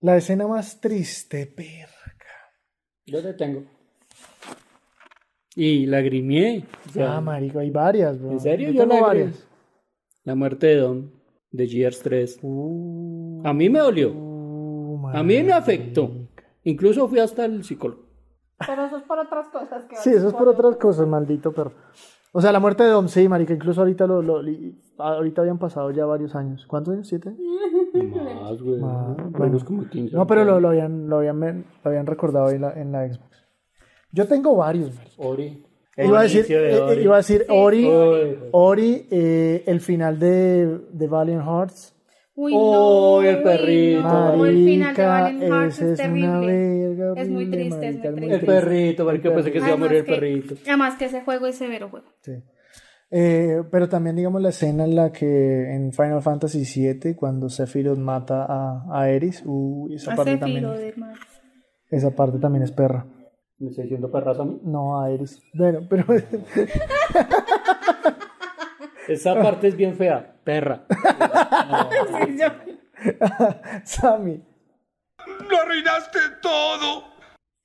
Speaker 1: La escena más triste, perra.
Speaker 3: Yo te tengo. Y lagrimié. O sea,
Speaker 1: Ah, marico, hay varias, bro.
Speaker 3: ¿En serio?
Speaker 1: Yo tengo
Speaker 3: la agregué.
Speaker 1: varias.
Speaker 3: La muerte de Don, de Gears 3.
Speaker 1: Uh,
Speaker 3: A mí me dolió.
Speaker 1: uh,
Speaker 3: A mí me
Speaker 1: marica.
Speaker 3: afectó. Incluso fui hasta el psicólogo.
Speaker 4: Pero eso es por otras cosas que
Speaker 1: Sí, eso es por otras cosas, maldito perro. O sea, la muerte de Dom, sí, marica, incluso ahorita lo, lo- li- ahorita habían pasado ya varios años. ¿Cuántos años? ¿Siete?
Speaker 3: Más, güey.
Speaker 1: Más,
Speaker 3: Menos
Speaker 1: bueno.
Speaker 3: Ah, como 15.
Speaker 1: No, pero lo, lo habían, lo habían, men- lo habían recordado ahí en la, en la Xbox. Yo tengo varios, marica.
Speaker 3: Ori.
Speaker 1: Iba a decir,
Speaker 3: inicio de
Speaker 1: eh, eh,
Speaker 3: Ori.
Speaker 1: iba a decir Ori,
Speaker 3: Ori.
Speaker 1: Ori, eh, el final de, de Valiant Hearts.
Speaker 2: Uy,
Speaker 3: Uy,
Speaker 2: no,
Speaker 3: el perrito.
Speaker 2: no, el final de
Speaker 1: Oh, Marica,
Speaker 2: Valiant Hearts
Speaker 1: ese
Speaker 2: es
Speaker 1: es una
Speaker 2: terrible.
Speaker 1: verga
Speaker 2: Es muy
Speaker 1: horrible,
Speaker 2: triste, es
Speaker 1: marica,
Speaker 2: muy
Speaker 1: es muy
Speaker 2: triste.
Speaker 3: El perrito, porque yo pensé que se iba a
Speaker 2: Además
Speaker 3: morir el
Speaker 2: que-
Speaker 3: perrito.
Speaker 2: Además que ese juego es severo juego.
Speaker 1: Sí. Eh, pero también, digamos, la escena en la que en Final Fantasy VII, cuando Sephiroth mata a, a Eris, uy, esa parte
Speaker 2: Hace
Speaker 1: también.
Speaker 2: filo de más.
Speaker 1: Esa parte también es perra.
Speaker 3: Me estoy diciendo perrazo a mí.
Speaker 1: No a Eris. Bueno, pero.
Speaker 3: Esa parte es bien fea. Perra.
Speaker 2: Sí, yo-
Speaker 1: Sammy.
Speaker 6: ¡Lo arruinaste todo!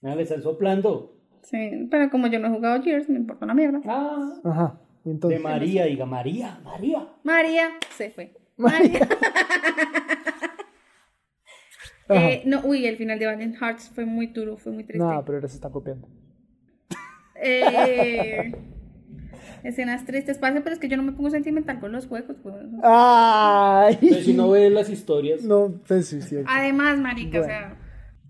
Speaker 3: Mira, le están soplando.
Speaker 2: Sí, pero como yo no he jugado Gears, me importa una mierda.
Speaker 3: Ah,
Speaker 1: Ajá. Y
Speaker 3: de
Speaker 1: entonces.
Speaker 3: María, diga, María, María.
Speaker 2: María se fue. María.
Speaker 1: Ajá.
Speaker 2: Eh, no, uy, el final de Valiant Hearts fue muy duro, fue muy triste.
Speaker 1: Nada, pero ahora se está copiando.
Speaker 2: Eh, escenas tristes, parce, pero es que yo no me pongo sentimental con los juegos. pues. weón.
Speaker 3: Pero si
Speaker 1: ¡Ay!
Speaker 3: no ves las historias,
Speaker 1: No, pues sí, sí.
Speaker 2: Además, marica, o sea,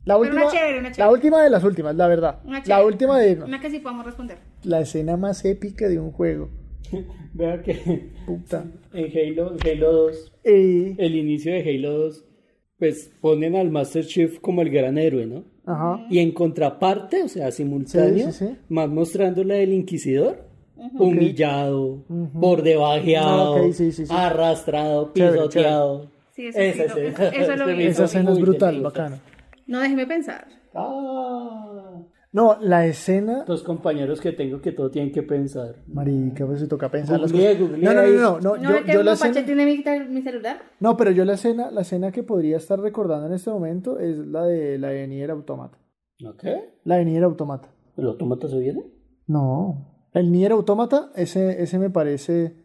Speaker 1: La
Speaker 2: Ah, Pero
Speaker 1: última,
Speaker 2: una chévere, una
Speaker 1: la
Speaker 2: chévere.
Speaker 1: última de las últimas, la verdad.
Speaker 2: Una
Speaker 1: La
Speaker 2: chévere.
Speaker 1: última de
Speaker 2: una que sí podamos responder.
Speaker 1: la escena más épica de un juego.
Speaker 3: vea que
Speaker 1: Puta.
Speaker 3: en Halo, en Halo 2
Speaker 1: Y-
Speaker 3: el inicio de Halo 2, pues ponen al Master Chief como el gran héroe, ¿no?
Speaker 1: Ajá.
Speaker 3: Y en contraparte, o sea, simultáneo,
Speaker 1: Sí, sí, sí.
Speaker 3: más mostrando la del Inquisidor, humillado, bordebajeado,
Speaker 1: Ah, ok, sí, sí, sí.
Speaker 3: arrastrado,
Speaker 1: Chévere,
Speaker 3: pisoteado.
Speaker 2: Sí, eso sí
Speaker 3: Esa
Speaker 2: lo-
Speaker 3: escena.
Speaker 2: eso lo vi.
Speaker 1: Esa
Speaker 3: Eso
Speaker 1: escena
Speaker 3: muy
Speaker 1: es brutal,
Speaker 3: intenso.
Speaker 1: bacana.
Speaker 2: No, déjeme pensar.
Speaker 3: Ah,
Speaker 1: No, la escena.
Speaker 3: los compañeros que tengo que todo tienen que pensar.
Speaker 1: Marica, pues se toca pensar las
Speaker 3: Googleé,
Speaker 1: cosas.
Speaker 3: googleé
Speaker 1: No, no,
Speaker 3: ahí.
Speaker 1: no, no, no.
Speaker 2: No,
Speaker 1: yo-
Speaker 2: es que
Speaker 1: yo
Speaker 2: el
Speaker 1: la
Speaker 2: mapache
Speaker 1: escena-
Speaker 2: tiene mi, tel- mi celular.
Speaker 1: No, pero yo la escena, la escena que podría estar recordando en este momento es la de la de Nier Automata.
Speaker 3: ¿Ok?
Speaker 1: La de Nier Automata.
Speaker 3: ¿El automata se viene?
Speaker 1: No. El Nier Automata, ese, ese me parece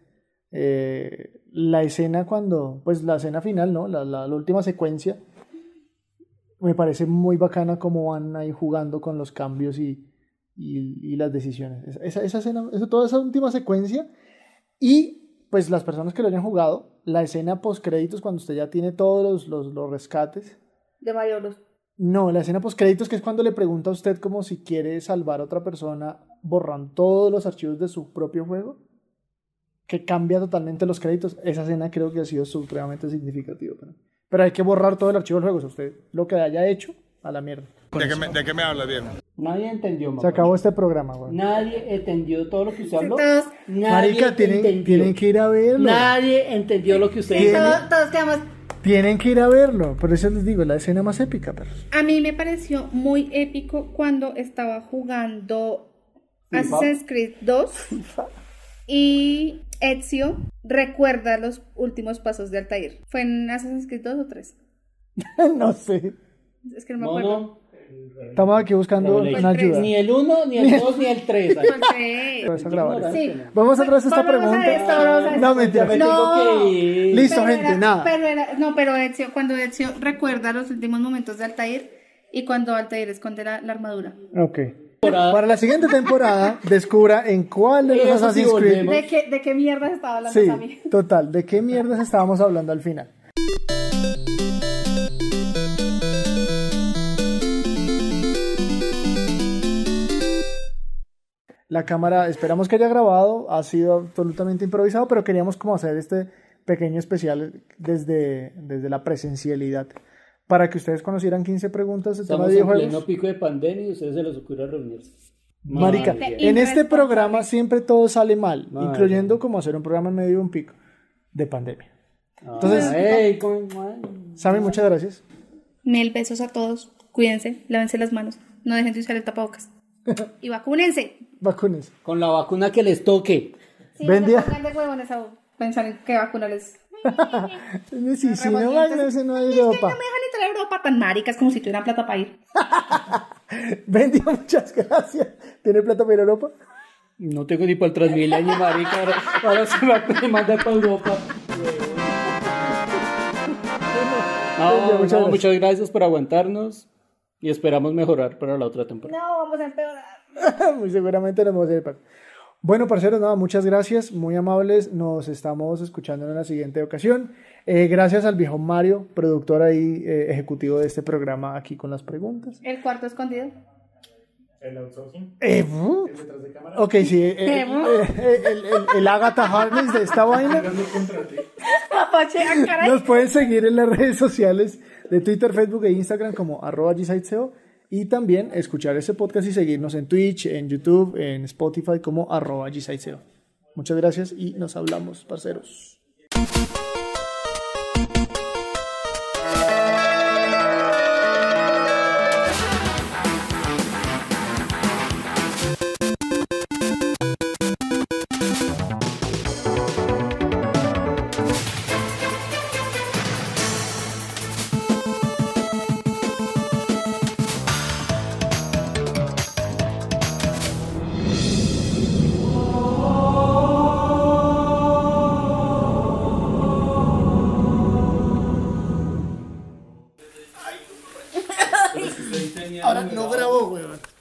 Speaker 1: eh, la escena cuando, pues la escena final, ¿no? La, la- la última secuencia. Me parece muy bacana cómo van ahí jugando con los cambios y, y- y las decisiones. Esa- Esa, esa escena, eso- toda esa última secuencia y pues las personas que lo hayan jugado, la escena post créditos cuando usted ya tiene todos los, los, los rescates.
Speaker 2: De Mario Bros.
Speaker 1: No, la escena post créditos que es cuando le pregunta a usted como si quiere salvar a otra persona, borran todos los archivos de su propio juego, que cambia totalmente los créditos. Esa escena creo que ha sido supremamente significativa. para mí. Pero hay que borrar todo el archivo del juego, o sea, usted lo que haya hecho, a la mierda.
Speaker 3: Nadie entendió,
Speaker 1: Se
Speaker 3: mamá.
Speaker 1: acabó este programa, güey.
Speaker 3: Nadie entendió todo lo que usted habló.
Speaker 2: Todos,
Speaker 3: Nadie
Speaker 1: Marica, tienen,
Speaker 3: entendió.
Speaker 1: tienen que ir a verlo.
Speaker 3: Nadie entendió lo que usted dijo.
Speaker 2: todos, todos quedamos.
Speaker 1: Tienen que ir a verlo. Por eso les digo, la escena más épica, pero.
Speaker 2: A mí me pareció muy épico cuando estaba jugando Assassin's Creed 2 y Ezio recuerda los últimos pasos de Altair. ¿Fue en Assassin's Creed 2 o 3?
Speaker 1: no sé.
Speaker 2: Es que no me
Speaker 3: No,
Speaker 2: acuerdo.
Speaker 3: no.
Speaker 1: Estamos aquí buscando
Speaker 3: Revelation.
Speaker 1: una ayuda.
Speaker 3: Ni el 1, ni el 2, ni el 3.
Speaker 2: Fue el
Speaker 1: Vamos a grabar.
Speaker 2: 3. Sí.
Speaker 1: Vamos atrás de esta
Speaker 2: Volvemos a esto, volvemos a
Speaker 1: pregunta.
Speaker 2: esto.
Speaker 1: No, mentira.
Speaker 3: Ya me tengo que ir.
Speaker 1: Listo,
Speaker 2: Pero
Speaker 1: gente,
Speaker 2: era-
Speaker 1: nada.
Speaker 2: Pero era- no, pero Ezio, cuando Ezio recuerda los últimos momentos de Altair y cuando Altair esconde la, la armadura.
Speaker 1: Ok. Para la siguiente temporada, descubra en cuál de los
Speaker 3: Eso sí
Speaker 1: Assassin's Creed.
Speaker 3: volvemos.
Speaker 2: ¿De qué, de qué mierda estaba hablando
Speaker 1: Sí,
Speaker 2: Sammy?
Speaker 1: total. ¿De qué mierdas estábamos hablando al final? La cámara, esperamos que haya grabado, ha sido absolutamente improvisado, pero queríamos como hacer este pequeño especial desde, desde la presencialidad, para que ustedes conocieran 15 preguntas de tema
Speaker 3: Estamos
Speaker 1: de
Speaker 3: en
Speaker 1: videojuegos.
Speaker 3: pleno pico de pandemia y a ustedes se les ocurre reunirse.
Speaker 1: Marica,
Speaker 3: Madre.
Speaker 1: en este programa siempre todo sale mal,
Speaker 3: Madre.
Speaker 1: incluyendo como hacer un programa en medio de un pico de pandemia. Entonces-
Speaker 3: Ay, cómo-
Speaker 1: Sammy, muchas gracias.
Speaker 2: Mil besos a todos. Cuídense, lávense las manos. No dejen de usar el tapabocas. y vacúnense.
Speaker 1: Vacunas.
Speaker 3: con la vacuna que les toque.
Speaker 2: Sí,
Speaker 1: Buen
Speaker 2: no
Speaker 1: día.
Speaker 2: se pongan de huevones a pensar en qué vacuna les...
Speaker 1: Sí, si no
Speaker 2: revolvió,
Speaker 1: vacunas no hay
Speaker 2: No
Speaker 1: Europa.
Speaker 2: me dejan entrar a Europa tan maricas como si tuvieran plata para ir.
Speaker 1: Bendia, muchas gracias. ¿Tiene plata para ir a Europa?
Speaker 3: No tengo ni para el Transmilenio, marica. Ahora, ahora se me- me manda para Europa. No, no,
Speaker 1: Pues muchas gracias.
Speaker 3: muchas gracias por aguantarnos y esperamos mejorar para la otra temporada.
Speaker 2: No, vamos a empeorar.
Speaker 1: Muy seguramente nos vamos a ir para. Bueno, parceros, nada, muchas gracias, muy amables. Nos estamos escuchando en la siguiente ocasión. Eh, gracias al viejo Mario, productor ahí, eh, ejecutivo de este programa, aquí con las preguntas.
Speaker 2: El cuarto escondido.
Speaker 8: El outsourcing.
Speaker 1: Eh, uh,
Speaker 8: Detrás de cámara.
Speaker 1: ok, sí, eh, eh, eh, el, el- el Agatha Harkness de esta vaina.
Speaker 8: Yo no contraté.
Speaker 2: Apache, ah, caray.
Speaker 1: Nos pueden seguir en las redes sociales de Twitter, Facebook e Instagram como arroba gsiteseo y también escuchar ese podcast y seguirnos en Twitch, en YouTube, en Spotify como arroba gsiteseo. Muchas gracias y nos hablamos, parceros. Ahora no grabó, weón.